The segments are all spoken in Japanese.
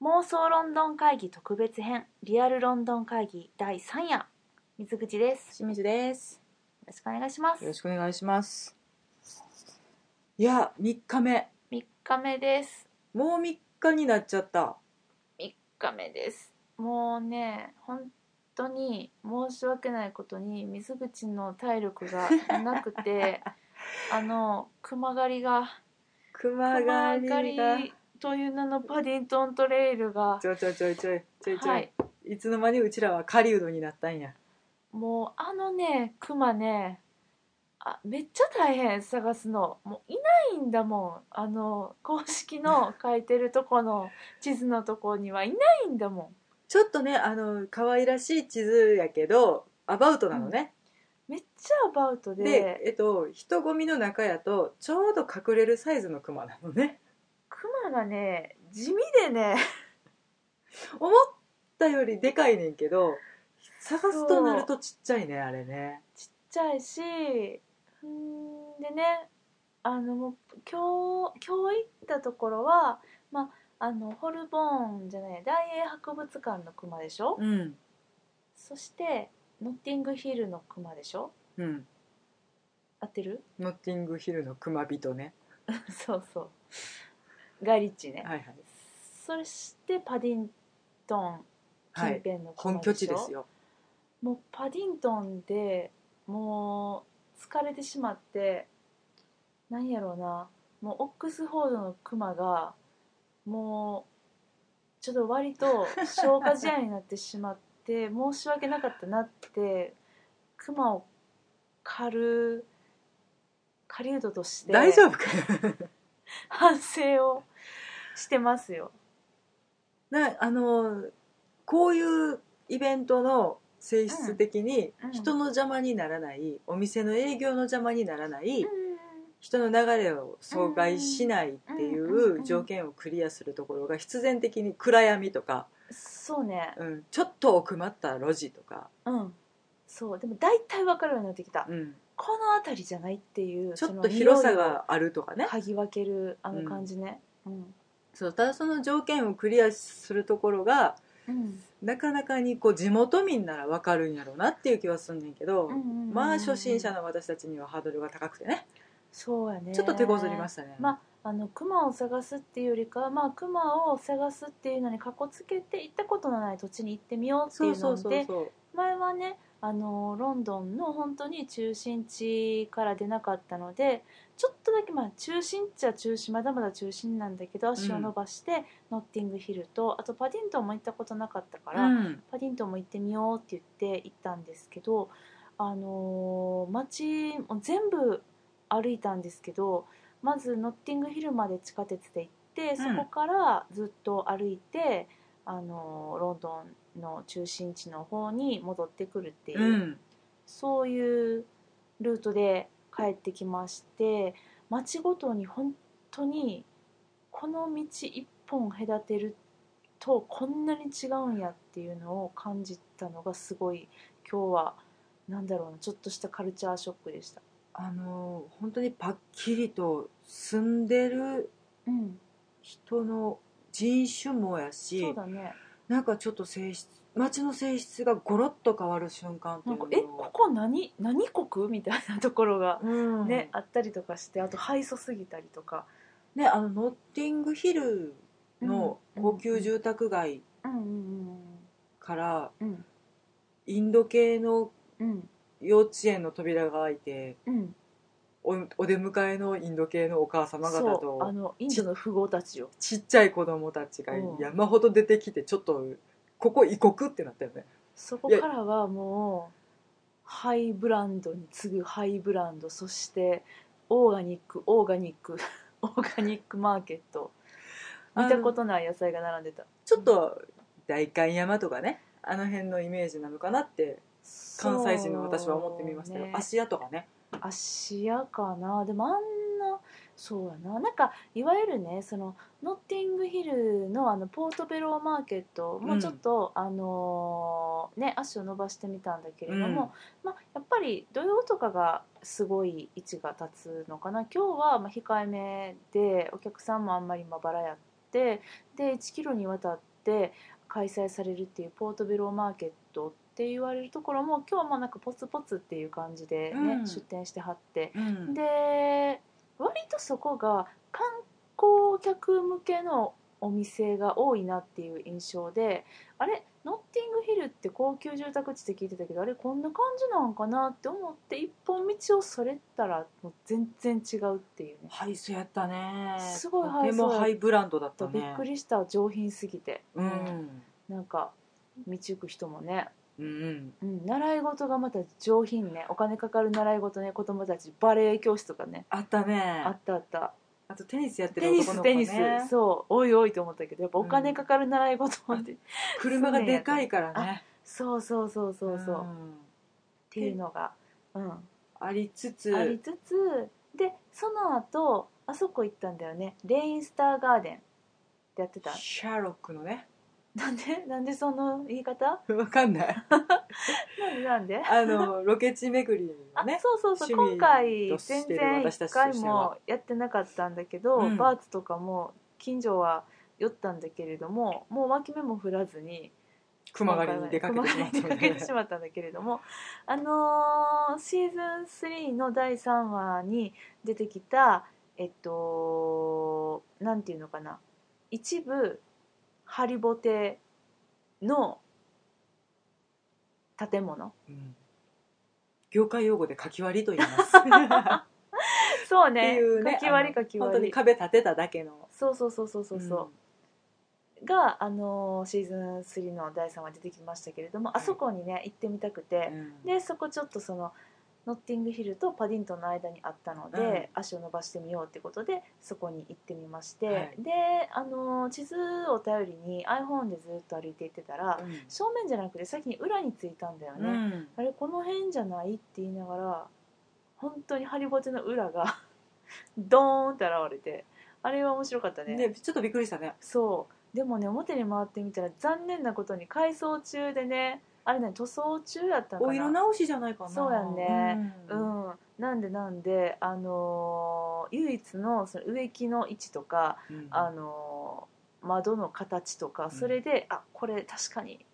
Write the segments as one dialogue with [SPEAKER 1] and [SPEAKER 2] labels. [SPEAKER 1] 妄想ロンドン会議特別編リアルロンドン会議第3夜水口です
[SPEAKER 2] 清水です。
[SPEAKER 1] よろしくお願いします
[SPEAKER 2] よろしくお願いします。いや、3日目。
[SPEAKER 1] 3日目です
[SPEAKER 2] もう3日になっちゃった。
[SPEAKER 1] 3日目ですもうね本当に申し訳ないことに水口の体力がなく てあの熊狩りが
[SPEAKER 2] 熊
[SPEAKER 1] 熊
[SPEAKER 2] 狩り
[SPEAKER 1] 狩
[SPEAKER 2] が。
[SPEAKER 1] りという名のパディントントレイルが
[SPEAKER 2] ちょいちょいちょいちょい。ちょいちょい。
[SPEAKER 1] はいい、
[SPEAKER 2] つの間にうちらは狩人になったんや。
[SPEAKER 1] もうあのねクマねあめっちゃ大変探すのもういないんだもんあの公式 の書いてるとこの地図のとこにはいないんだも
[SPEAKER 2] ちょっとね、あの、可愛らしい地図やけど、アバウトなのね。
[SPEAKER 1] んめっちゃアバウトで
[SPEAKER 2] で、えっと、人混みの中やと、ちょうど隠れるサイズの熊なのね。
[SPEAKER 1] クマがね地味でね
[SPEAKER 2] 思ったよりでかいねんけど、探すとなるとちっちゃいね、あれね。
[SPEAKER 1] ちっちゃいしんでねあのもう今日今日行ったところは、まあ、あのホルボーンじゃない大英博物館のクマでしょ、
[SPEAKER 2] うん。
[SPEAKER 1] そしてノッティングヒルのクマでしょ
[SPEAKER 2] うん。
[SPEAKER 1] 合って る
[SPEAKER 2] ノッティングヒルの熊人ね。
[SPEAKER 1] そうそうガイリッチーね、
[SPEAKER 2] はいはい。
[SPEAKER 1] そしてパディントン近
[SPEAKER 2] はい。
[SPEAKER 1] 辺のクマ
[SPEAKER 2] 本拠地ですよ。
[SPEAKER 1] もうパディントンでもう疲れてしまってなんやろうなもうオックスフォードのクマがもうちょっと割と消化試合になってしまって 申し訳なかったなってクマを狩る狩人として
[SPEAKER 2] 大丈夫か
[SPEAKER 1] 反省をしてますよ。
[SPEAKER 2] なあのこういうイベントの性質的に
[SPEAKER 1] うんうん
[SPEAKER 2] 人の邪魔にならない、お店の営業の邪魔にならない、人の流れを阻害しないってい
[SPEAKER 1] んうんうんう
[SPEAKER 2] うん条件をクリアするところが必然的に暗闇とか、
[SPEAKER 1] そうね
[SPEAKER 2] うん、ちょっと奥まった路地とか、
[SPEAKER 1] うんそうでも大体分かるようになってきた。
[SPEAKER 2] うん、
[SPEAKER 1] この辺りじゃないっていう
[SPEAKER 2] ちょ
[SPEAKER 1] そ
[SPEAKER 2] っ
[SPEAKER 1] の
[SPEAKER 2] と広さがあるとかね
[SPEAKER 1] 匂いを嗅ぎ分けるあの感じねうん、
[SPEAKER 2] そうただその条件をクリアするところが
[SPEAKER 1] うん
[SPEAKER 2] なかなかにこう地元民ならわかるんやろうなっていう気はすんねんけど、
[SPEAKER 1] うん
[SPEAKER 2] まあ初心者
[SPEAKER 1] の
[SPEAKER 2] の私たちにはハードルが高くてね
[SPEAKER 1] そうやね
[SPEAKER 2] ちょっと手こずりましたね、
[SPEAKER 1] まあの熊を探すっていうよりかはまあ熊を探すっていうのにかこつけて行ったことのない土地に行ってみようって
[SPEAKER 2] そ
[SPEAKER 1] いうう
[SPEAKER 2] そ
[SPEAKER 1] の
[SPEAKER 2] う
[SPEAKER 1] で
[SPEAKER 2] そうそう
[SPEAKER 1] 前はねあのロンドンの本当に中心地から出なかったのでちょっとだけまあ中心っちゃ中心まだまだ中心なんだけど足を伸ばして、ノッティングヒルとあとパディントンも行ったことなかったから、
[SPEAKER 2] うん
[SPEAKER 1] パディントンも行ってみようって言って行ったんですけど、あのー街も全部歩いたんですけどまずノッティングヒルまで地下鉄で行ってそこからずっと歩いて、あのーロンドンの中心地の方に戻ってくるっていう、
[SPEAKER 2] うん
[SPEAKER 1] そういうルートで帰ってきまして街ごとに本当にこの道一本隔てるとこんなに違うんやっていうのを感じたのがすごい今日はなんだろうなちょっとしたカルチャーショックでした。
[SPEAKER 2] あのー本当にパッキリと住んでる
[SPEAKER 1] うん、
[SPEAKER 2] 人の人種もや
[SPEAKER 1] そ
[SPEAKER 2] し
[SPEAKER 1] うだね
[SPEAKER 2] なんかちょっと性質街の性質がゴロッと変わる瞬間って
[SPEAKER 1] な
[SPEAKER 2] いうんの
[SPEAKER 1] かえここ何何国みたいなところが、
[SPEAKER 2] うん
[SPEAKER 1] ね
[SPEAKER 2] ね
[SPEAKER 1] あったりとかしてあと敗訴すぎたりとか、
[SPEAKER 2] あのノッティングヒルの高級住宅街
[SPEAKER 1] うんうん
[SPEAKER 2] から
[SPEAKER 1] うんうん
[SPEAKER 2] インド系の
[SPEAKER 1] うん
[SPEAKER 2] 幼稚園の扉が開いて
[SPEAKER 1] うん
[SPEAKER 2] おお出迎えのインド系のお母様方
[SPEAKER 1] そ
[SPEAKER 2] と
[SPEAKER 1] うあのインドの富豪たちよ
[SPEAKER 2] ちっちゃい子供たちが
[SPEAKER 1] うん
[SPEAKER 2] 山ほど出てきてちょっとここ異国ってなったよね
[SPEAKER 1] そこからはもうハイブランドに次ぐハイブランドそしてオーガニックオーガニック オーガニックマーケット見たことない野菜が並んでた
[SPEAKER 2] ちょっと代官山とかねあの辺のイメージなのかなって関西人の私は思ってみましたよ、
[SPEAKER 1] そうね
[SPEAKER 2] 芦屋とかね
[SPEAKER 1] 芦屋かなでもあんなそうやななんかいわゆるねそのノッティングヒルのあのポートベローマーケットもちょっと、あのーね足を伸ばしてみたんだけれども、まあ、やっぱり土曜とかがすごい位置が立つのかな今日はまあ控えめでお客さんもあんまりまばらやってで1キロにわたっって開催されるっていうポートベローマーケットって言われるところも今日もなんかポツポツっていう感じでね、
[SPEAKER 2] うん
[SPEAKER 1] 出店してはって、
[SPEAKER 2] うん
[SPEAKER 1] で割とそこが観光客向けのお店が多いなっていう印象であれノッティングヒルって高級住宅地って聞いてたけどあれこんな感じなんかなって思って一本道をそれたらもう全然違うっていうね
[SPEAKER 2] ハイスやったね
[SPEAKER 1] すごい
[SPEAKER 2] とて
[SPEAKER 1] ハ
[SPEAKER 2] も
[SPEAKER 1] イソや
[SPEAKER 2] ハイブランドだっ
[SPEAKER 1] ちょっ
[SPEAKER 2] た
[SPEAKER 1] とび
[SPEAKER 2] ね
[SPEAKER 1] っくりした上品すぎて、
[SPEAKER 2] うん
[SPEAKER 1] なんか道行く人もね、
[SPEAKER 2] うんうん
[SPEAKER 1] うん、習い事がまた上品ねお金かかる習い事ね子供たちバレエ教室とかね
[SPEAKER 2] あった
[SPEAKER 1] あ
[SPEAKER 2] ね
[SPEAKER 1] ったあった
[SPEAKER 2] あとテニスやって
[SPEAKER 1] テ
[SPEAKER 2] る
[SPEAKER 1] ニ
[SPEAKER 2] 男
[SPEAKER 1] ス
[SPEAKER 2] の子
[SPEAKER 1] テニ
[SPEAKER 2] ね
[SPEAKER 1] スそうおいおいと思ったけどやっぱお金かかる習い事って、
[SPEAKER 2] 車がでかいからね
[SPEAKER 1] そうそうそうそうそう、っ
[SPEAKER 2] ん
[SPEAKER 1] ていうのが、うん、
[SPEAKER 2] ありつつ
[SPEAKER 1] ありつつでその後あそこ行ったんだよねレインスターガーデンってやってた
[SPEAKER 2] シャーロックのね
[SPEAKER 1] なんでなんでその言い方
[SPEAKER 2] わかんない
[SPEAKER 1] なんでなんで
[SPEAKER 2] あのロケ地巡り
[SPEAKER 1] あ
[SPEAKER 2] のね
[SPEAKER 1] そうそうそう
[SPEAKER 2] 趣
[SPEAKER 1] 今回
[SPEAKER 2] 味と
[SPEAKER 1] 全
[SPEAKER 2] してる
[SPEAKER 1] 然
[SPEAKER 2] 私た
[SPEAKER 1] 1
[SPEAKER 2] ちとしては
[SPEAKER 1] 回もやってなかったんだけど、
[SPEAKER 2] うん
[SPEAKER 1] バーツとかも近所は寄ったんだけれどももう脇目も振らずに
[SPEAKER 2] 熊狩りに出かけてしまった
[SPEAKER 1] 熊狩
[SPEAKER 2] の
[SPEAKER 1] りに出かけ
[SPEAKER 2] で
[SPEAKER 1] てしまったんだけれども、あのーシーズン3の第3話に出てきたえっとなんていうのかな一部ハリボテの建 物
[SPEAKER 2] うん業界用語でかき割りと言います。っ
[SPEAKER 1] そう
[SPEAKER 2] て
[SPEAKER 1] ね
[SPEAKER 2] いうね。
[SPEAKER 1] かき割
[SPEAKER 2] あ
[SPEAKER 1] り
[SPEAKER 2] の
[SPEAKER 1] かき
[SPEAKER 2] 本当
[SPEAKER 1] 割
[SPEAKER 2] に
[SPEAKER 1] り
[SPEAKER 2] 壁立てただけの。
[SPEAKER 1] そうそうそうそうそうそう、が、あのーシーズン3の第3話出てきましたけれども、あそこにね行ってみたく
[SPEAKER 2] う
[SPEAKER 1] て、
[SPEAKER 2] ん。
[SPEAKER 1] でそこちょっとそのノッティングヒルとパディントンの間にあったので、足を伸ばしてみようってことでそこに行ってみまして、
[SPEAKER 2] はい
[SPEAKER 1] で、あのー地図を頼りに iPhone でずっと歩いていってたら、正面じゃなくて先に裏に着いたんだよ
[SPEAKER 2] うん。う
[SPEAKER 1] ね、
[SPEAKER 2] ん
[SPEAKER 1] あれこの辺じゃないって言いながら本当にハリボテの裏が ドーンって現れてあれは面白かったね
[SPEAKER 2] で、ちょっとびっくりしたね。
[SPEAKER 1] そうでもね表に回ってみたら残念なことに改装中でねあれね塗装中やったんかな
[SPEAKER 2] お色直しじゃないかな。
[SPEAKER 1] そうやんねう
[SPEAKER 2] うん。
[SPEAKER 1] ん、なんでなんであのー唯一のその植木の位置とか、
[SPEAKER 2] うん
[SPEAKER 1] あのー窓の形とか
[SPEAKER 2] ん
[SPEAKER 1] それで、あこれ確かに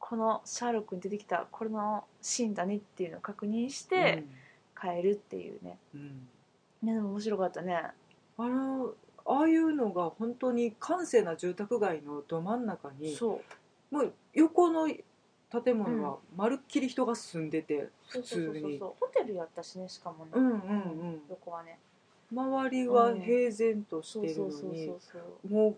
[SPEAKER 1] このシャーロックに出てきたこれのシーンだねっていうのを確認して変えるっていうね、
[SPEAKER 2] うんうん
[SPEAKER 1] ねでも面白かったね
[SPEAKER 2] あの、ああいうのが本当に閑静な住宅街のど真ん中に、
[SPEAKER 1] そう
[SPEAKER 2] もう横の建物はまるっきり人が住んでて、
[SPEAKER 1] そうそ
[SPEAKER 2] 普
[SPEAKER 1] う
[SPEAKER 2] 通
[SPEAKER 1] そうそう
[SPEAKER 2] に。
[SPEAKER 1] ホテルやったしねしかもね、
[SPEAKER 2] うんうんうん。
[SPEAKER 1] 横はね
[SPEAKER 2] 周りは平然とし
[SPEAKER 1] そう
[SPEAKER 2] てる
[SPEAKER 1] そ
[SPEAKER 2] の
[SPEAKER 1] うそう
[SPEAKER 2] に
[SPEAKER 1] そうそう
[SPEAKER 2] もう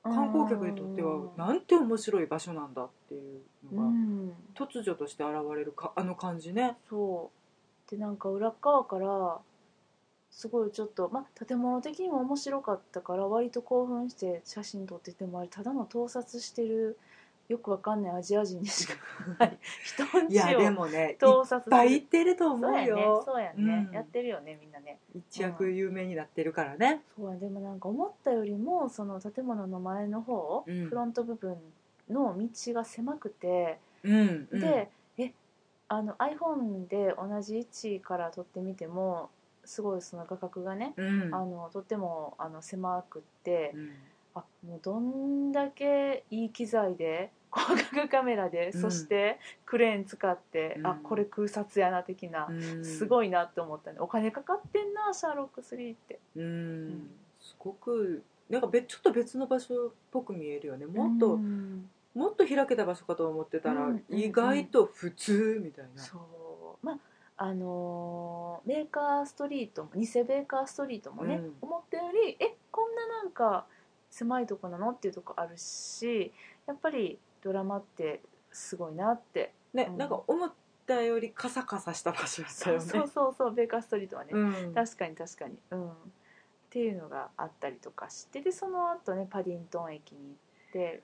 [SPEAKER 2] 観光客にとってはなんて面白い場所なんだっていう
[SPEAKER 1] う
[SPEAKER 2] のが、
[SPEAKER 1] ん
[SPEAKER 2] 突如として現れるかあの感じね
[SPEAKER 1] そうでなんか裏っ側からすごいちょっと、まあ、建物的にも面白かったから割と興奮して写真撮っててもあれただの盗撮してるよくわかんないアジア人にし かはい人ん
[SPEAKER 2] い
[SPEAKER 1] ち
[SPEAKER 2] やで
[SPEAKER 1] を
[SPEAKER 2] もねいっ
[SPEAKER 1] 盗撮する
[SPEAKER 2] ぱい行ってると思
[SPEAKER 1] そう
[SPEAKER 2] う
[SPEAKER 1] やね
[SPEAKER 2] よ
[SPEAKER 1] そうやね、
[SPEAKER 2] うん
[SPEAKER 1] やってるよねみんなね
[SPEAKER 2] 一躍有名になってるからね
[SPEAKER 1] そうやでもなんか思ったよりもその建物の前の方、
[SPEAKER 2] うん
[SPEAKER 1] フロント部分の道が狭くて
[SPEAKER 2] うん、うん、
[SPEAKER 1] で、えあの iPhone で同じ位置から撮ってみてもすごいその画角がね、
[SPEAKER 2] うん
[SPEAKER 1] あのとってもあの狭くって、
[SPEAKER 2] うん
[SPEAKER 1] あもうどんだけいい機材で広角カメラで、
[SPEAKER 2] うん
[SPEAKER 1] そしてクレーン使って、
[SPEAKER 2] うん
[SPEAKER 1] あこれ空撮やな的な、
[SPEAKER 2] うん
[SPEAKER 1] すごいなって思ったねお金かかってんなシャーロック3って
[SPEAKER 2] うん、
[SPEAKER 1] ん
[SPEAKER 2] すごくなんか別ちょっと別の場所っぽく見えるよねもっと、
[SPEAKER 1] うん
[SPEAKER 2] もっと開けた場所かと思ってたら、
[SPEAKER 1] うんうんうん
[SPEAKER 2] 意外と普通みたいな
[SPEAKER 1] そうまああのーベーカーストリートも偽ベーカーストリートもね、
[SPEAKER 2] うん
[SPEAKER 1] 思ったよりえこんななんか狭いとこなのっていうとこあるしやっぱりドラマってすごいなって、
[SPEAKER 2] ね、
[SPEAKER 1] うん
[SPEAKER 2] なんか思ったよりカサカサした場所だった
[SPEAKER 1] そ
[SPEAKER 2] よ
[SPEAKER 1] う
[SPEAKER 2] ね。
[SPEAKER 1] そうそうそうベーカーストリートはね、
[SPEAKER 2] うん
[SPEAKER 1] 確かに確かにうんっていうのがあったりとかしてでその後ねパディントン駅に行って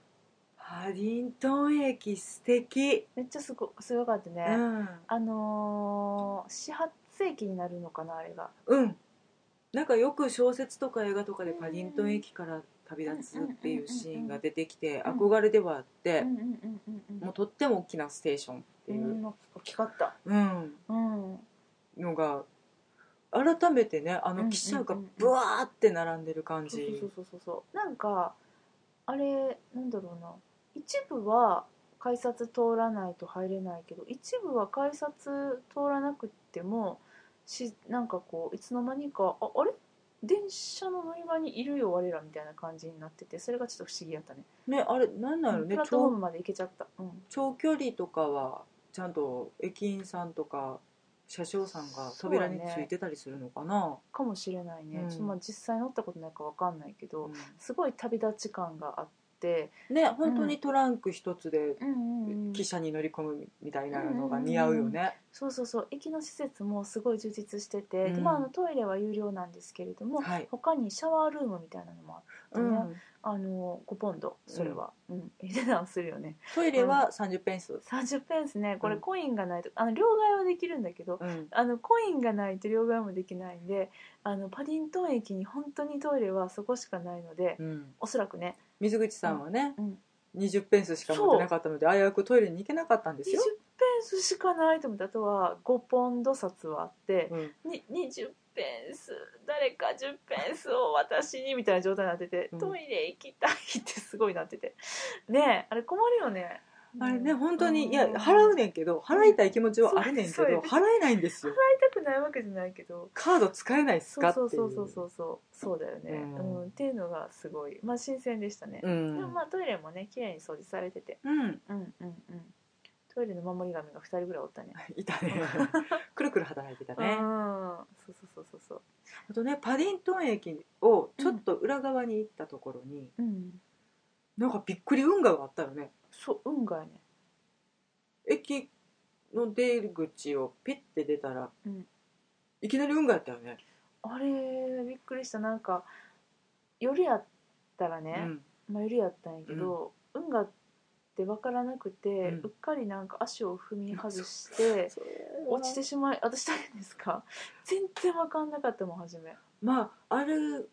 [SPEAKER 2] ハリントン駅素敵。
[SPEAKER 1] めっちゃすごすごかったね、
[SPEAKER 2] うん、
[SPEAKER 1] あのー、始発駅になるのかなあれが
[SPEAKER 2] うん。なんかよく小説とか映画とかでパディントン駅から旅立つっていうシーンが出てきて
[SPEAKER 1] うん
[SPEAKER 2] 憧れではあって
[SPEAKER 1] うん、うんうんうんうん
[SPEAKER 2] もうとっても大きなステーションっていうう、
[SPEAKER 1] ん、大きかった、
[SPEAKER 2] うん、
[SPEAKER 1] うん、
[SPEAKER 2] のが改めてねあ
[SPEAKER 1] うんうんうん
[SPEAKER 2] の汽車がブワーって並んでる感
[SPEAKER 1] そう
[SPEAKER 2] じ
[SPEAKER 1] そうそうそうそうなんかあれなんだろうな一部は改札通らないと入れないけど一部は改札通らなくってもしなんかこういつの間にかああれ電車の乗り場にいるよ我らみたいな感じになっててそれがちょっと不思議やったね
[SPEAKER 2] ねあれなんなの
[SPEAKER 1] プ
[SPEAKER 2] ね
[SPEAKER 1] ラットフォー
[SPEAKER 2] 長
[SPEAKER 1] ムまで行けちゃった、うん、
[SPEAKER 2] 長距離とかはちゃんと駅員さんとか車掌さんが扉についてたりするのかな、
[SPEAKER 1] かもしれないね、
[SPEAKER 2] うん
[SPEAKER 1] ちょっとまあ実際乗ったことないかわかんないけど、
[SPEAKER 2] うん
[SPEAKER 1] すごい旅立ち感があって、
[SPEAKER 2] ね本当にトランク一つで
[SPEAKER 1] うんうんうん
[SPEAKER 2] 汽車に乗り込むみたいなのが似合うよね、
[SPEAKER 1] そうそうそう駅の施設もすごい充実してて、
[SPEAKER 2] う
[SPEAKER 1] で
[SPEAKER 2] ん
[SPEAKER 1] まあ、あのトイレは有料なんですけれども、
[SPEAKER 2] はい、
[SPEAKER 1] 他にシャワールームみたいなのもあって
[SPEAKER 2] うん、
[SPEAKER 1] あの5ポンドそれは、うんええ値段するよね
[SPEAKER 2] トイレは30ペンス、
[SPEAKER 1] 30ペンスねこれ
[SPEAKER 2] うん
[SPEAKER 1] コインがないとあの両替はできるんだけど
[SPEAKER 2] うん、
[SPEAKER 1] あのコインがないと両替もできないんであのパディントン駅に本当にトイレはそこしかないので、
[SPEAKER 2] うん
[SPEAKER 1] おそらくね
[SPEAKER 2] 水口さんはね、
[SPEAKER 1] うん
[SPEAKER 2] 20ペンスしか持ってなかったので危うくトイレに行けなかったんで
[SPEAKER 1] 20
[SPEAKER 2] す
[SPEAKER 1] ペ
[SPEAKER 2] よ、
[SPEAKER 1] ンスしかないと思ってあとは5ポンド札はあって、
[SPEAKER 2] うん、
[SPEAKER 1] に20ペンス誰か10ペンスを私にみたいな状態になってて、
[SPEAKER 2] うん
[SPEAKER 1] トイレ行きたいってすごいなっててねえあれ困るよね
[SPEAKER 2] あれね
[SPEAKER 1] うん
[SPEAKER 2] 本当に、
[SPEAKER 1] うん
[SPEAKER 2] いや払うねんけど払いたい気持ちはあるねんけど、
[SPEAKER 1] そうそう
[SPEAKER 2] 払えないんですよ
[SPEAKER 1] 痛くないわけじゃないけど
[SPEAKER 2] カード使えないっす
[SPEAKER 1] そ
[SPEAKER 2] か
[SPEAKER 1] う
[SPEAKER 2] ってい
[SPEAKER 1] そううそうそうそうそうそうだよね、
[SPEAKER 2] う
[SPEAKER 1] うんんっていうのがすごいまあ新鮮でしたね、
[SPEAKER 2] うん
[SPEAKER 1] でもまあトイレもね綺麗に掃除されてて
[SPEAKER 2] うん
[SPEAKER 1] うんうんうんトイレの守り神が2人ぐらいおったね
[SPEAKER 2] いた ねくるくる働いてた
[SPEAKER 1] うん
[SPEAKER 2] ね、
[SPEAKER 1] そうそうそうそうそう
[SPEAKER 2] あとねパディントン駅をちょっと裏側に行ったところに、
[SPEAKER 1] うん
[SPEAKER 2] なんかびっくり運河があったよね
[SPEAKER 1] そう運がやね
[SPEAKER 2] 駅の出口をピッて出たら、
[SPEAKER 1] うん
[SPEAKER 2] いきなり運河やったよね
[SPEAKER 1] あれびっくりしたなんか夜やったらね、まあ、夜やったんやけど、運河って分からなくて、う
[SPEAKER 2] うん
[SPEAKER 1] っかりなんか足を踏み外し
[SPEAKER 2] うん
[SPEAKER 1] て
[SPEAKER 2] それは
[SPEAKER 1] 落ちてしまい私大変ですか 全然分かんなかったもん初め
[SPEAKER 2] まあある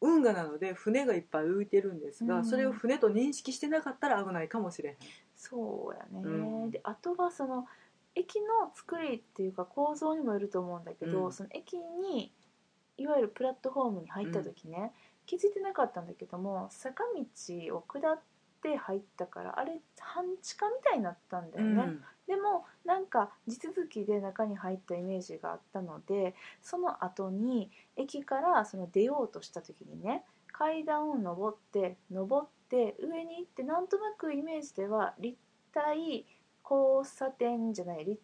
[SPEAKER 2] 運河なので船がいっぱい浮いてるんです
[SPEAKER 1] う
[SPEAKER 2] が、
[SPEAKER 1] ん
[SPEAKER 2] それを船と認識してなかったら危ないかもしれへん
[SPEAKER 1] そうやね、
[SPEAKER 2] うん
[SPEAKER 1] であとはその駅の作りっていうか構造にもよると思うんだけど、
[SPEAKER 2] うん
[SPEAKER 1] その駅にいわゆるプラットホームに入った時ね、気づいてなかったんだけども坂道を下って入ったからあれ半地下みたいになったんだよね、でもなんか地続きで中に入ったイメージがあったのでその後に駅からその出ようとした時にね階段を上って上って上に行ってなんとなくイメージでは立体交差点じゃない立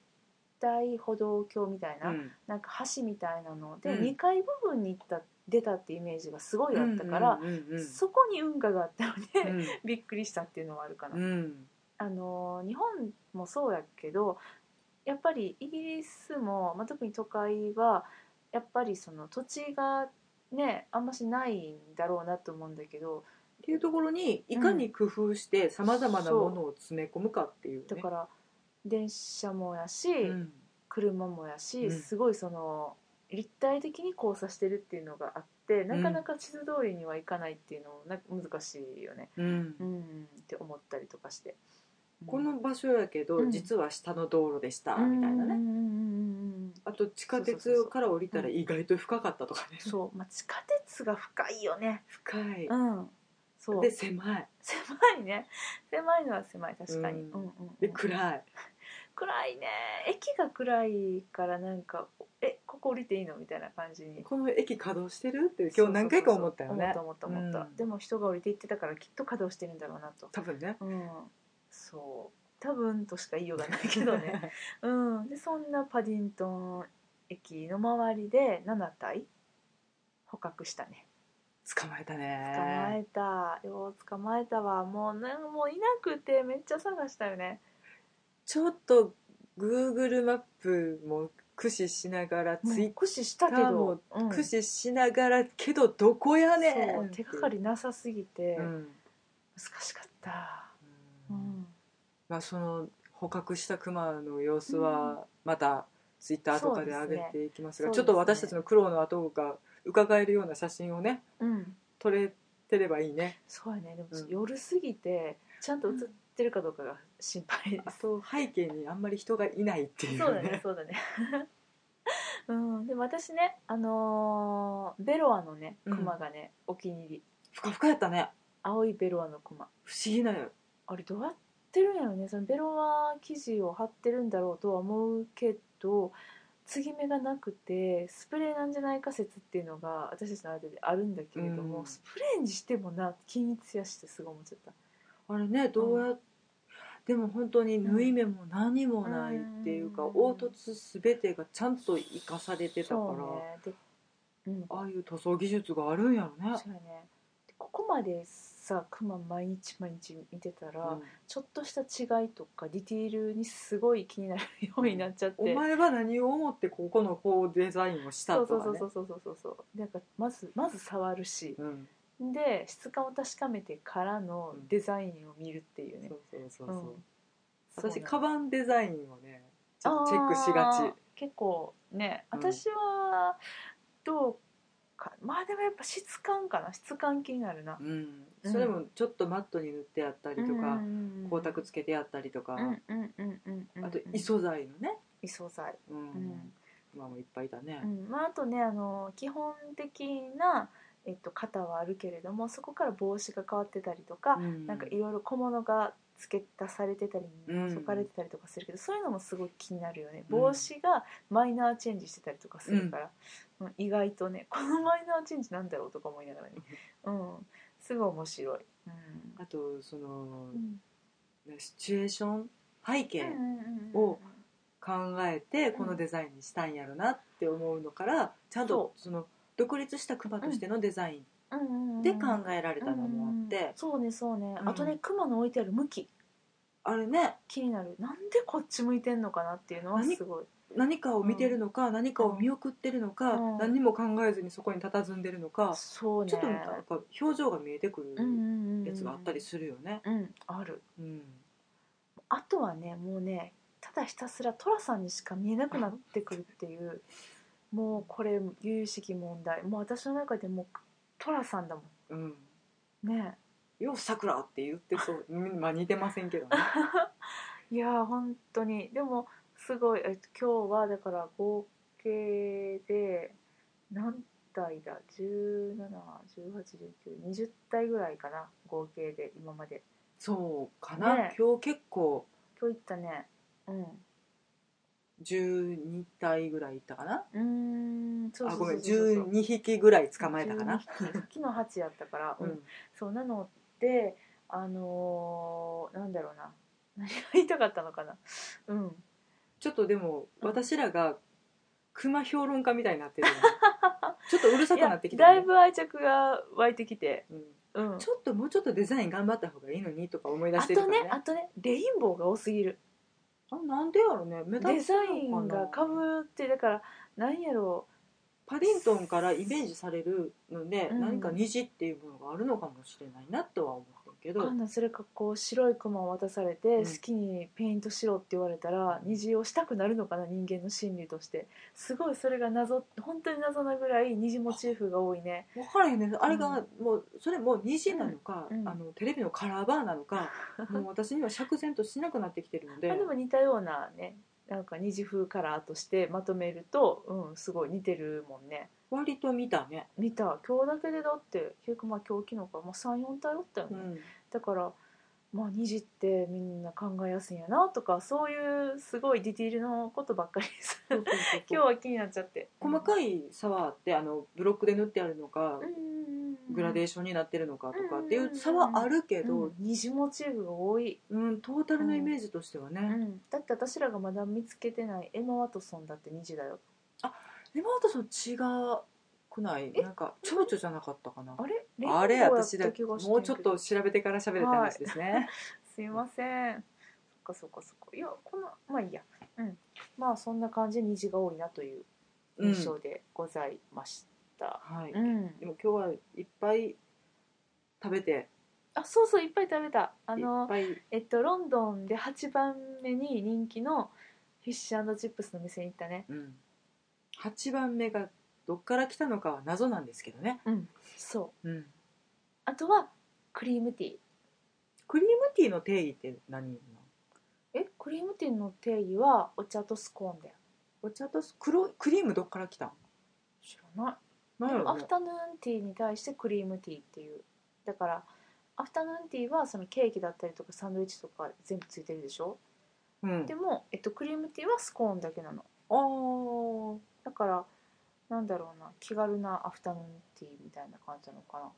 [SPEAKER 1] 体歩道橋みたいな、
[SPEAKER 2] うん
[SPEAKER 1] なんか橋みたいなので、
[SPEAKER 2] うん
[SPEAKER 1] 2階部分に行った出たってイメージがすごいあったから、
[SPEAKER 2] うんうんうんうん
[SPEAKER 1] そこに運河があったので、
[SPEAKER 2] うん
[SPEAKER 1] びっくりしたっていうのはあるかな。
[SPEAKER 2] うん
[SPEAKER 1] あのー日本もそうやけどやっぱりイギリスも、まあ、特に都会はやっぱりその土地がねあんましないんだろうなと思うんだけど
[SPEAKER 2] っていうところにいかに工夫してさまざまなものを詰め込むかっていうね、
[SPEAKER 1] だから電車もやし、
[SPEAKER 2] うん
[SPEAKER 1] 車もやし、
[SPEAKER 2] うん
[SPEAKER 1] すごいその立体的に交差してるっていうのがあってなかなか地図通りにはいかないっていうのもな難しいよね、
[SPEAKER 2] うん
[SPEAKER 1] うん、って思ったりとかして。
[SPEAKER 2] この場所やけど、
[SPEAKER 1] うん
[SPEAKER 2] 実は下の道路でした、みたいな
[SPEAKER 1] うん
[SPEAKER 2] ね
[SPEAKER 1] うんうんうんうん
[SPEAKER 2] あと地下鉄から降りたら意外と深かったとかね、
[SPEAKER 1] そう、まあ、地下鉄が深いよね。
[SPEAKER 2] 深い、
[SPEAKER 1] うん。そう。
[SPEAKER 2] で狭い
[SPEAKER 1] 狭いね。狭いのは狭い、確かに。
[SPEAKER 2] う
[SPEAKER 1] うんん、うん、う
[SPEAKER 2] で
[SPEAKER 1] ん。
[SPEAKER 2] 暗い
[SPEAKER 1] 暗いね。駅が暗いから、なんか、え、ここ降りていいのみたいな感じに。
[SPEAKER 2] この駅稼働してるって今日何回か思ったよね
[SPEAKER 1] そうそうそうそう思った、思った、思っ
[SPEAKER 2] うん
[SPEAKER 1] た。でも、人が降りていってたから、きっと稼働してるんだろうなと。
[SPEAKER 2] 多分ね
[SPEAKER 1] うん。そう。多分としか言いようがないけど ね。うん。で、そんなパディントン駅の周りで、7体。捕獲したね。
[SPEAKER 2] 捕まえたね
[SPEAKER 1] 捕まえた、よう捕まえたわもうなんもういなくてめっちゃ探したよね
[SPEAKER 2] ちょっと Google マップも駆使しながらツ
[SPEAKER 1] もう
[SPEAKER 2] イッ
[SPEAKER 1] 駆使したけ
[SPEAKER 2] ターも
[SPEAKER 1] ど、うん
[SPEAKER 2] 駆使しながらけどどこやねん
[SPEAKER 1] そう手がかりなさすぎて、
[SPEAKER 2] うん、
[SPEAKER 1] 難しかった、
[SPEAKER 2] う
[SPEAKER 1] うんん
[SPEAKER 2] まあその捕獲したクマの様子はまたツイッターとかで上げていきますが
[SPEAKER 1] そう
[SPEAKER 2] ち
[SPEAKER 1] ですね
[SPEAKER 2] ょっと私たちの苦労の後が伺えるような写真をね
[SPEAKER 1] うん、
[SPEAKER 2] 撮れてればいいね
[SPEAKER 1] そうやねでも、
[SPEAKER 2] うん
[SPEAKER 1] 夜過ぎてちゃんと映ってるかどうかが心配で
[SPEAKER 2] あ
[SPEAKER 1] す、
[SPEAKER 2] と背景にあんまり人がいないっていうね
[SPEAKER 1] そうだねそうだね うん、でも私ね、あのーベロアのね
[SPEAKER 2] うん
[SPEAKER 1] クマがね、お気に入り
[SPEAKER 2] ふかふかやったね
[SPEAKER 1] 青いベロアのクマ
[SPEAKER 2] 不思議なんよ
[SPEAKER 1] あれどうやってるんやろねそのベロア生地を貼ってるんだろうとは思うけど継ぎ目がなくてスプレーなんじゃないか説っていうのが私たちの間であるんだけれども、
[SPEAKER 2] うん
[SPEAKER 1] スプレーにしてもな均一やしてすごい思っちゃった
[SPEAKER 2] あれねどうやっ、でも本当に縫い目も何もないっていうか、
[SPEAKER 1] うん
[SPEAKER 2] 凹凸すべてがちゃんと生かされてたから、
[SPEAKER 1] そうねでうん
[SPEAKER 2] ああいう塗装技術があるんやろね、
[SPEAKER 1] そうやねでここまでさクマ毎日毎日見てたら、
[SPEAKER 2] うん
[SPEAKER 1] ちょっとした違いとかディティールにすごい気になるようになっちゃって、
[SPEAKER 2] お前は何を思ってここのこうデザインをした
[SPEAKER 1] そ
[SPEAKER 2] と
[SPEAKER 1] うそう
[SPEAKER 2] か
[SPEAKER 1] そう
[SPEAKER 2] ね
[SPEAKER 1] そうそうそうそうなんかまずまず触るし
[SPEAKER 2] うん
[SPEAKER 1] で質感を確かめてからのデザインを見るっていうね
[SPEAKER 2] そうそうそう
[SPEAKER 1] うん
[SPEAKER 2] そう
[SPEAKER 1] そうな
[SPEAKER 2] 私
[SPEAKER 1] の
[SPEAKER 2] カバンデザインをねちょっとチェックしが
[SPEAKER 1] あ
[SPEAKER 2] ち
[SPEAKER 1] ー結構ね
[SPEAKER 2] うん
[SPEAKER 1] 私はどうか、まあでもやっぱ質感かな質感気になるな、
[SPEAKER 2] うん
[SPEAKER 1] うん
[SPEAKER 2] それもちょっとマットに塗ってあったりとか、
[SPEAKER 1] うん
[SPEAKER 2] 光沢つけてあったりとか、
[SPEAKER 1] うんうんうんうんうん
[SPEAKER 2] あと異素材のね、
[SPEAKER 1] 異素材、
[SPEAKER 2] うん
[SPEAKER 1] ん
[SPEAKER 2] まあもういっぱいだね、
[SPEAKER 1] うんまあ、あとねあの基本的な、えっと、型はあるけれどもそこから帽子が変わってたりとか、
[SPEAKER 2] うん
[SPEAKER 1] なんかいろいろ小物が付け足されてたり
[SPEAKER 2] うん
[SPEAKER 1] そかれてたりとかするけど、そういうのもすごい気になるよね
[SPEAKER 2] うん
[SPEAKER 1] 帽子がマイナーチェンジしてたりとかするから、うん意外とねこのマイナーチェンジなんだろうとか思いながらね、うん、すごい面白い。うん
[SPEAKER 2] あとその
[SPEAKER 1] う、ん
[SPEAKER 2] シチュエーション背景を考えてこのデザインにしたんやろなって思うのからちゃんとその独立したクマとしてのデザイ
[SPEAKER 1] う
[SPEAKER 2] ン
[SPEAKER 1] んうんうん
[SPEAKER 2] で考えられたのもあって、
[SPEAKER 1] うんうんそうねそうね、
[SPEAKER 2] うん
[SPEAKER 1] あとね熊の置いてある向き
[SPEAKER 2] あれね
[SPEAKER 1] 気になるなんでこっち向いてんのかなっていうのは
[SPEAKER 2] 何
[SPEAKER 1] すごい
[SPEAKER 2] 何かを見てるのか、何かを見送ってるのか、
[SPEAKER 1] うん
[SPEAKER 2] 何も考えずにそこに佇んでるのか、
[SPEAKER 1] そうね
[SPEAKER 2] ちょっとなんか表情が見えてく
[SPEAKER 1] うん
[SPEAKER 2] る
[SPEAKER 1] うんうん
[SPEAKER 2] やつがあったりするよね。
[SPEAKER 1] うんある
[SPEAKER 2] うん
[SPEAKER 1] あとはねもうねただひたすら寅さんにしか見えなくなってくるっていうもうこれ由々しき問題もう私の中でもう寅さんだも
[SPEAKER 2] うん
[SPEAKER 1] んね
[SPEAKER 2] ようさくらって言って そううんまあ似てませんけどね、
[SPEAKER 1] いやー本当にでもすごい、えっと、今日はだから合計で何体だ17181920体ぐらいかな合計で今まで
[SPEAKER 2] そうかな、
[SPEAKER 1] ね
[SPEAKER 2] 今日結構
[SPEAKER 1] 今日行ったねうん
[SPEAKER 2] 12体ぐらいいったかな
[SPEAKER 1] うーんそう
[SPEAKER 2] あ
[SPEAKER 1] そう
[SPEAKER 2] ご
[SPEAKER 1] そ
[SPEAKER 2] めん
[SPEAKER 1] うそうそう
[SPEAKER 2] 12匹ぐらい捕まえたかな、
[SPEAKER 1] 12匹昨日8やったから、
[SPEAKER 2] う
[SPEAKER 1] うんん、そうなのであのーなんだろうな何が言いたかったのかなうん
[SPEAKER 2] ちょっとでも
[SPEAKER 1] うん
[SPEAKER 2] 私らが熊評論家みたいになってるよね ちょっとうるさ
[SPEAKER 1] い
[SPEAKER 2] く
[SPEAKER 1] や
[SPEAKER 2] なってきた
[SPEAKER 1] だ
[SPEAKER 2] ね
[SPEAKER 1] いぶ愛着が湧いてきて、
[SPEAKER 2] うん
[SPEAKER 1] うん、
[SPEAKER 2] ちょっともうちょっとデザイン頑張った方がいいのにとか思い出
[SPEAKER 1] あ
[SPEAKER 2] してるか
[SPEAKER 1] と
[SPEAKER 2] ら
[SPEAKER 1] ね
[SPEAKER 2] ね
[SPEAKER 1] あとねレインボーが多すぎる
[SPEAKER 2] あなんでやろね目立
[SPEAKER 1] デ
[SPEAKER 2] つの
[SPEAKER 1] ザ
[SPEAKER 2] かな
[SPEAKER 1] インがかぶってだからなんやろ
[SPEAKER 2] パディントンからイメージされるので、
[SPEAKER 1] うん
[SPEAKER 2] 何か虹っていうものがあるのかもしれないなとは思ってるけ
[SPEAKER 1] う
[SPEAKER 2] ど、
[SPEAKER 1] あんなそれかこう白いクマを渡されて、
[SPEAKER 2] うん
[SPEAKER 1] 好きにペイントしろって言われたら虹をしたくなるのかな人間の心理としてすごいそれが謎本当に謎なぐらい虹モチーフが多いね
[SPEAKER 2] 分からへんねあれがもうそれも虹なのか、
[SPEAKER 1] うんうん
[SPEAKER 2] あのテレビのカラーバーなのか もう私には釈然としなくなってきてるので
[SPEAKER 1] まあ、でも似たようなねなんか二次風カラーとしてまとめると、うん、すごい似てるもんね
[SPEAKER 2] 割と見たね、
[SPEAKER 1] 見た今日だけでだって結局まあ今日昨日か、まあ、34体おったよね、
[SPEAKER 2] うん
[SPEAKER 1] だからまあ二次ってみんな考えやすいんやなとかそういうすごいディティールのことばっかりです
[SPEAKER 2] そうそうそう
[SPEAKER 1] 今日は気になっちゃって
[SPEAKER 2] 細かい差はあってあのブロックで塗ってあるのか、グラデー
[SPEAKER 1] シ
[SPEAKER 2] ションになってるのかとか
[SPEAKER 1] うん
[SPEAKER 2] っていう差はあるけ
[SPEAKER 1] う
[SPEAKER 2] ど
[SPEAKER 1] ん、、二次モチーフが多い、
[SPEAKER 2] うんトータルのイメージとしてはね、
[SPEAKER 1] うん、だって私らがまだ見つけてないエマ・ワトソンだって二次だよ
[SPEAKER 2] でもあとその違くない
[SPEAKER 1] え
[SPEAKER 2] なんか蝶々じゃなかったかな
[SPEAKER 1] あれレインボー
[SPEAKER 2] あれ
[SPEAKER 1] やった
[SPEAKER 2] 私だ
[SPEAKER 1] 気がしてんけど
[SPEAKER 2] もうちょっと調べてから喋れた話ですね、
[SPEAKER 1] すいません。そっかそっかそっか。いや、この、まあいいや。うん。まあそんな感じで虹が多いなという
[SPEAKER 2] うん
[SPEAKER 1] 印象でございました。
[SPEAKER 2] はい、
[SPEAKER 1] ん。
[SPEAKER 2] でも今日はいっぱい食べて
[SPEAKER 1] あ、そうそう、いっぱい食べた。あ
[SPEAKER 2] いっ
[SPEAKER 1] の、
[SPEAKER 2] ぱい
[SPEAKER 1] えっと、ロンドンで8番目に人気のフィッシュチップスの店に行ったね。
[SPEAKER 2] うん、8番目がどっから来たのかは謎なんですけどね、
[SPEAKER 1] うん。そう。
[SPEAKER 2] うん、
[SPEAKER 1] あとは、クリームティー。
[SPEAKER 2] クリームティーの定義って何なの
[SPEAKER 1] え、クリームティーの定義はお茶とスコーンだよ。
[SPEAKER 2] お茶と黒いクリームどっから来たん
[SPEAKER 1] 知らない。
[SPEAKER 2] なんや
[SPEAKER 1] でも
[SPEAKER 2] ろ
[SPEAKER 1] ア
[SPEAKER 2] ね
[SPEAKER 1] フタヌーンティーに対してクリームティーっていうだからアフタヌーンティーはそのケーキだったりとかサンドイッチとか全部ついてるでしょ
[SPEAKER 2] うん
[SPEAKER 1] でも、えっと、クリームティーはスコーンだけなの
[SPEAKER 2] あー
[SPEAKER 1] だからなんだろうな気軽なアフタヌーンティーみたいな感じなのかな
[SPEAKER 2] あ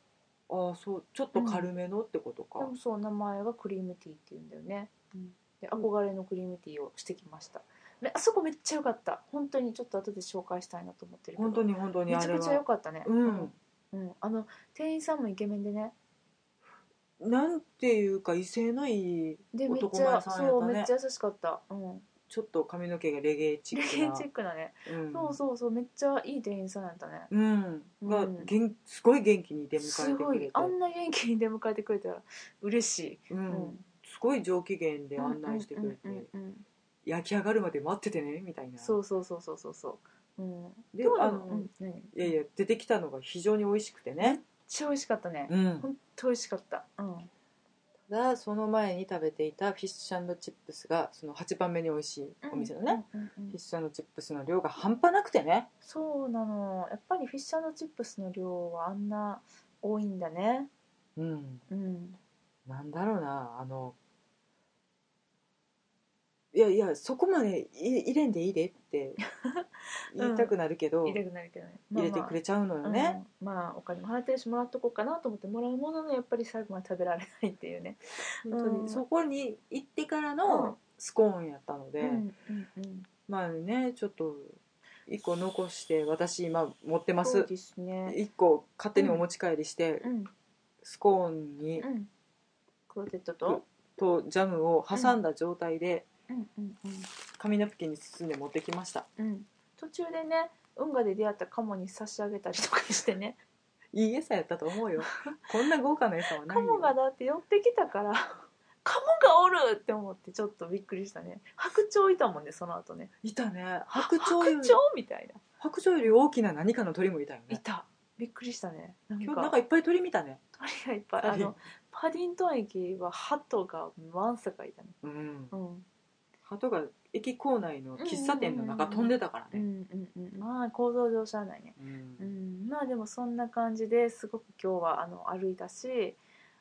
[SPEAKER 2] ーそうちょっと軽めのってことか、
[SPEAKER 1] でもそう名前がクリームティーっていうんだよね、
[SPEAKER 2] うん
[SPEAKER 1] で憧れのクリームティーをしてきましたであそこめっちゃ良かった本当にちょっと後で紹介したいなと思ってるけど
[SPEAKER 2] 本当に本当に
[SPEAKER 1] め
[SPEAKER 2] あ
[SPEAKER 1] ちゃ
[SPEAKER 2] れ
[SPEAKER 1] くちゃ良
[SPEAKER 2] は
[SPEAKER 1] かったね
[SPEAKER 2] うん
[SPEAKER 1] うん、あの店員さんもイケメンでね
[SPEAKER 2] なんていうか威勢のいい
[SPEAKER 1] でめっ
[SPEAKER 2] 男
[SPEAKER 1] ちゃ、
[SPEAKER 2] 前さんや
[SPEAKER 1] そう
[SPEAKER 2] った
[SPEAKER 1] め
[SPEAKER 2] ね
[SPEAKER 1] っちゃ優しかったうん
[SPEAKER 2] ちょっと髪の毛がレゲエ
[SPEAKER 1] チ
[SPEAKER 2] チッ
[SPEAKER 1] ェ
[SPEAKER 2] クな
[SPEAKER 1] ックだね、
[SPEAKER 2] うん
[SPEAKER 1] そうそうそうめっちゃいい店員さんやったね
[SPEAKER 2] うん、
[SPEAKER 1] うん
[SPEAKER 2] が元すごい元気に出迎
[SPEAKER 1] す
[SPEAKER 2] えて
[SPEAKER 1] ご
[SPEAKER 2] くれ
[SPEAKER 1] い
[SPEAKER 2] て
[SPEAKER 1] あんな元気に出迎えてくれたら嬉しい、
[SPEAKER 2] う、
[SPEAKER 1] うん
[SPEAKER 2] すごい上機嫌で案内してくれ
[SPEAKER 1] うんうん
[SPEAKER 2] て
[SPEAKER 1] うんうん
[SPEAKER 2] 焼き上がるまで待っててねみたいな
[SPEAKER 1] そうそうそうそうそうそう、うん、
[SPEAKER 2] で
[SPEAKER 1] どうな
[SPEAKER 2] あの、
[SPEAKER 1] うん何めっ
[SPEAKER 2] いやいや出てきたのが非常に美味しくてね、
[SPEAKER 1] ちゃ美味しかったね、
[SPEAKER 2] うん、
[SPEAKER 1] 本当美味しかった、うん、
[SPEAKER 2] ただその前に食べていたフィッシュチップスがその8番目に美味しいお店のね、
[SPEAKER 1] うんうんうん
[SPEAKER 2] フィッシュチップスの量が半端なくてね
[SPEAKER 1] そうなのやっぱりフィッシャーチップスの量はあんな多いんだね
[SPEAKER 2] うん
[SPEAKER 1] うん
[SPEAKER 2] なんだろうなあのいやいやそこまでい入れんでいいでって言いたくなるけ ど、
[SPEAKER 1] 入れたくなるけどね、まあま
[SPEAKER 2] 入れ
[SPEAKER 1] あ
[SPEAKER 2] てくれちゃうのよね、
[SPEAKER 1] うんまあお金も払ってるしもらっとこうかなと思ってもらうもののやっぱり最後まで食べられないっていうねうん
[SPEAKER 2] 本当にそこに行ってから
[SPEAKER 1] うん
[SPEAKER 2] のスコーンやったので、
[SPEAKER 1] うんうんうん
[SPEAKER 2] まあねちょっと1個残して私今持ってま
[SPEAKER 1] そう
[SPEAKER 2] す
[SPEAKER 1] ですね
[SPEAKER 2] 1個勝手にお持ち帰りして、
[SPEAKER 1] うん
[SPEAKER 2] スコーンに
[SPEAKER 1] うんクロテッドと
[SPEAKER 2] とジャムを挟んだ状態で
[SPEAKER 1] うんうんうん
[SPEAKER 2] 紙ナプキンに包んで持ってきました
[SPEAKER 1] うん途中でね運河で出会ったカモに差し上げたりとかしてね
[SPEAKER 2] いい餌やったと思う よこんな豪華な餌はない
[SPEAKER 1] カ
[SPEAKER 2] よ
[SPEAKER 1] モがだって寄ってきたからカモがおるって思ってちょっとびっくりしたね白鳥いたもんねその後ね
[SPEAKER 2] いたね白
[SPEAKER 1] 白
[SPEAKER 2] 鳥よ
[SPEAKER 1] 鳥
[SPEAKER 2] り
[SPEAKER 1] みたいな
[SPEAKER 2] 白鳥より大きな何かの鳥もいたよ
[SPEAKER 1] い
[SPEAKER 2] ね
[SPEAKER 1] たびっくりしたねなん
[SPEAKER 2] 今日
[SPEAKER 1] か
[SPEAKER 2] なんかいっぱい鳥見たね
[SPEAKER 1] 鳥がいっぱいあのパディントン駅は鳩がわんさかいたね
[SPEAKER 2] うん
[SPEAKER 1] うん
[SPEAKER 2] 鳩が駅構内の喫茶店の中飛んでたから
[SPEAKER 1] う
[SPEAKER 2] ね
[SPEAKER 1] んうんうんまあ構造上しゃあないね
[SPEAKER 2] うん
[SPEAKER 1] うん、まあでもそんな感じですごく今日はあの歩いたし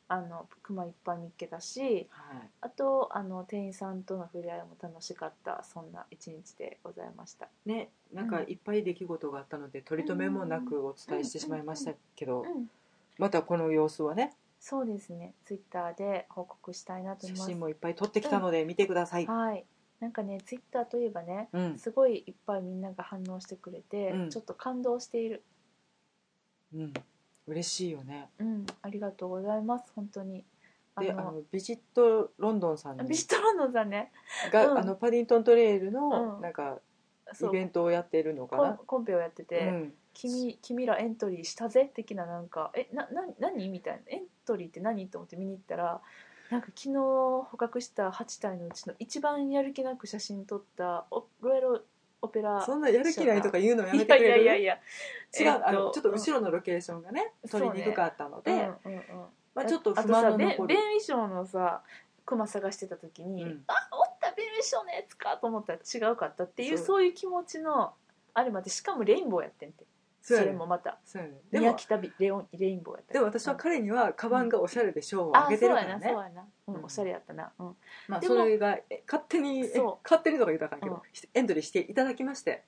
[SPEAKER 1] あの熊いっぱい見っけたし
[SPEAKER 2] はい
[SPEAKER 1] あとあの店員さんとの触れ合いも楽しかったそんな一日でございました。
[SPEAKER 2] ね、なんかいっぱい出来事があったので取り留めもなくお伝えしてしまいましたけど
[SPEAKER 1] うん、
[SPEAKER 2] またこの様子はね
[SPEAKER 1] そうですね。ツイッターで報告したいなと思い
[SPEAKER 2] 写
[SPEAKER 1] ます。
[SPEAKER 2] 真もいっぱい撮ってきたので見てください。
[SPEAKER 1] はい。なんかねツイッターといえばね、
[SPEAKER 2] うん、
[SPEAKER 1] すごいいっぱいみんなが反応してくれて、
[SPEAKER 2] うん
[SPEAKER 1] ちょっと感動している。
[SPEAKER 2] うん、嬉しいよね。
[SPEAKER 1] うん、ありがとうございます本当に。あ
[SPEAKER 2] で、あ
[SPEAKER 1] の
[SPEAKER 2] のビジットロンドンさんに
[SPEAKER 1] ビジトロンドンさんね、
[SPEAKER 2] が、
[SPEAKER 1] うん
[SPEAKER 2] あのパディントントレイル
[SPEAKER 1] う
[SPEAKER 2] の
[SPEAKER 1] ん
[SPEAKER 2] なんかイ
[SPEAKER 1] そう
[SPEAKER 2] ベントをやってるのか
[SPEAKER 1] コン
[SPEAKER 2] な。
[SPEAKER 1] コンペをやってて。
[SPEAKER 2] うん、
[SPEAKER 1] 君君らエントリーしたぜ的ななんか「えなな何?」みたいな「エントリーって何?」と思って見に行ったらなんか昨日捕獲した8体のうちの一番やる気なく写真撮ったおロイヤルオペラ
[SPEAKER 2] そんなやる気ないとか言うのやめ
[SPEAKER 1] い
[SPEAKER 2] て
[SPEAKER 1] や
[SPEAKER 2] く
[SPEAKER 1] いや
[SPEAKER 2] れ
[SPEAKER 1] いや
[SPEAKER 2] る。
[SPEAKER 1] いや
[SPEAKER 2] 違う、あのちょっと
[SPEAKER 1] ろ
[SPEAKER 2] 後ろのロケーションがね取りにくかったので、
[SPEAKER 1] うんうんうん
[SPEAKER 2] まあちょっと
[SPEAKER 1] あ
[SPEAKER 2] 不
[SPEAKER 1] とさ
[SPEAKER 2] 満の
[SPEAKER 1] ベン
[SPEAKER 2] 残
[SPEAKER 1] ベン
[SPEAKER 2] る。
[SPEAKER 1] 衣装のさクマ探してた時に「
[SPEAKER 2] うん
[SPEAKER 1] あおったベン衣装のやつか」と思ったら違うかったっていう
[SPEAKER 2] そ
[SPEAKER 1] そうういう気持ちのあれまでしかもレインボーやってんて
[SPEAKER 2] そ
[SPEAKER 1] そう
[SPEAKER 2] や
[SPEAKER 1] れ
[SPEAKER 2] ね
[SPEAKER 1] もまた
[SPEAKER 2] そうやねで
[SPEAKER 1] 宮
[SPEAKER 2] も
[SPEAKER 1] 北ビレオンレインボーやった
[SPEAKER 2] でも私は彼にはカバンがおしゃれで賞をあげてるから
[SPEAKER 1] あ
[SPEAKER 2] ね。
[SPEAKER 1] そうやなそうやな、うん
[SPEAKER 2] うん
[SPEAKER 1] おしゃれやったな、うん、
[SPEAKER 2] まあ、
[SPEAKER 1] でも
[SPEAKER 2] それがえ勝手にえ
[SPEAKER 1] そう
[SPEAKER 2] 勝手にとか言ったらあかんけど、
[SPEAKER 1] うん
[SPEAKER 2] してエントリーしていただきまして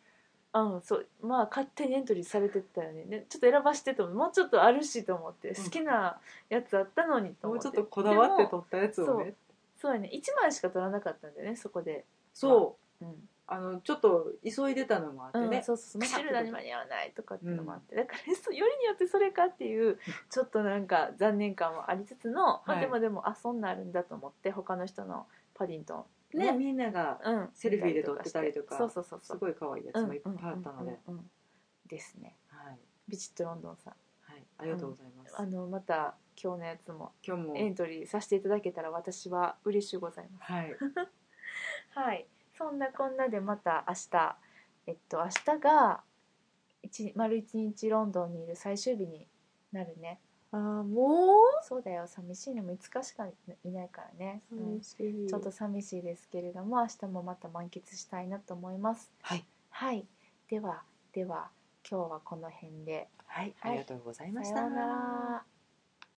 [SPEAKER 1] うん、そうまあ勝手にエントリーされてったよねねちょっと選ばしてと思うもうちょっとあるしと思って好きなやつあったのにと思
[SPEAKER 2] もう
[SPEAKER 1] って
[SPEAKER 2] ちょっとこだわって
[SPEAKER 1] でも
[SPEAKER 2] 撮ったやつをね
[SPEAKER 1] そうやね1枚しか取らなかったんだよねそこで
[SPEAKER 2] そう
[SPEAKER 1] うん、
[SPEAKER 2] あのちょっと急いでたのもあって
[SPEAKER 1] うん
[SPEAKER 2] ね、
[SPEAKER 1] そうそうそうマ
[SPEAKER 2] カシャッ
[SPEAKER 1] シ
[SPEAKER 2] と
[SPEAKER 1] ルダに間に合わないとかっていうのもあって、だからそうよりによってそれかっていうちょっとなんか残念感もありつつの、ま
[SPEAKER 2] は
[SPEAKER 1] あ、
[SPEAKER 2] い
[SPEAKER 1] でもでもあそんなんあるんだと思って他の人のパディントン
[SPEAKER 2] ねみんなが
[SPEAKER 1] うん、
[SPEAKER 2] セルフィーで撮ってたりとか
[SPEAKER 1] そうそうそうそ
[SPEAKER 2] す
[SPEAKER 1] う
[SPEAKER 2] ごい可愛いやつもいっぱいあったので、
[SPEAKER 1] うんうんうんうんですね
[SPEAKER 2] はい、
[SPEAKER 1] ビジットロンドンさん
[SPEAKER 2] はい、ありがとうございます、
[SPEAKER 1] あのまた今日のやつも
[SPEAKER 2] 今日も、
[SPEAKER 1] エントリーさせていただけたら私は嬉しゅうございま
[SPEAKER 2] はい、
[SPEAKER 1] すはいそんなこんなでまた明日えっと明日が一丸一日ロンドンにいる最終日になるね
[SPEAKER 2] あーも
[SPEAKER 1] そうだよ寂しいのも5日しかいないからね、
[SPEAKER 2] う、
[SPEAKER 1] うん
[SPEAKER 2] ち
[SPEAKER 1] ち
[SPEAKER 2] ょ
[SPEAKER 1] ょ
[SPEAKER 2] っ
[SPEAKER 1] っ
[SPEAKER 2] と
[SPEAKER 1] と寂しいですけれども明日もまた満喫したいなと思います
[SPEAKER 2] はい、
[SPEAKER 1] はいではでは今日はこの辺で
[SPEAKER 2] はい、ありがとうございまし
[SPEAKER 1] さ
[SPEAKER 2] た。
[SPEAKER 1] ようなら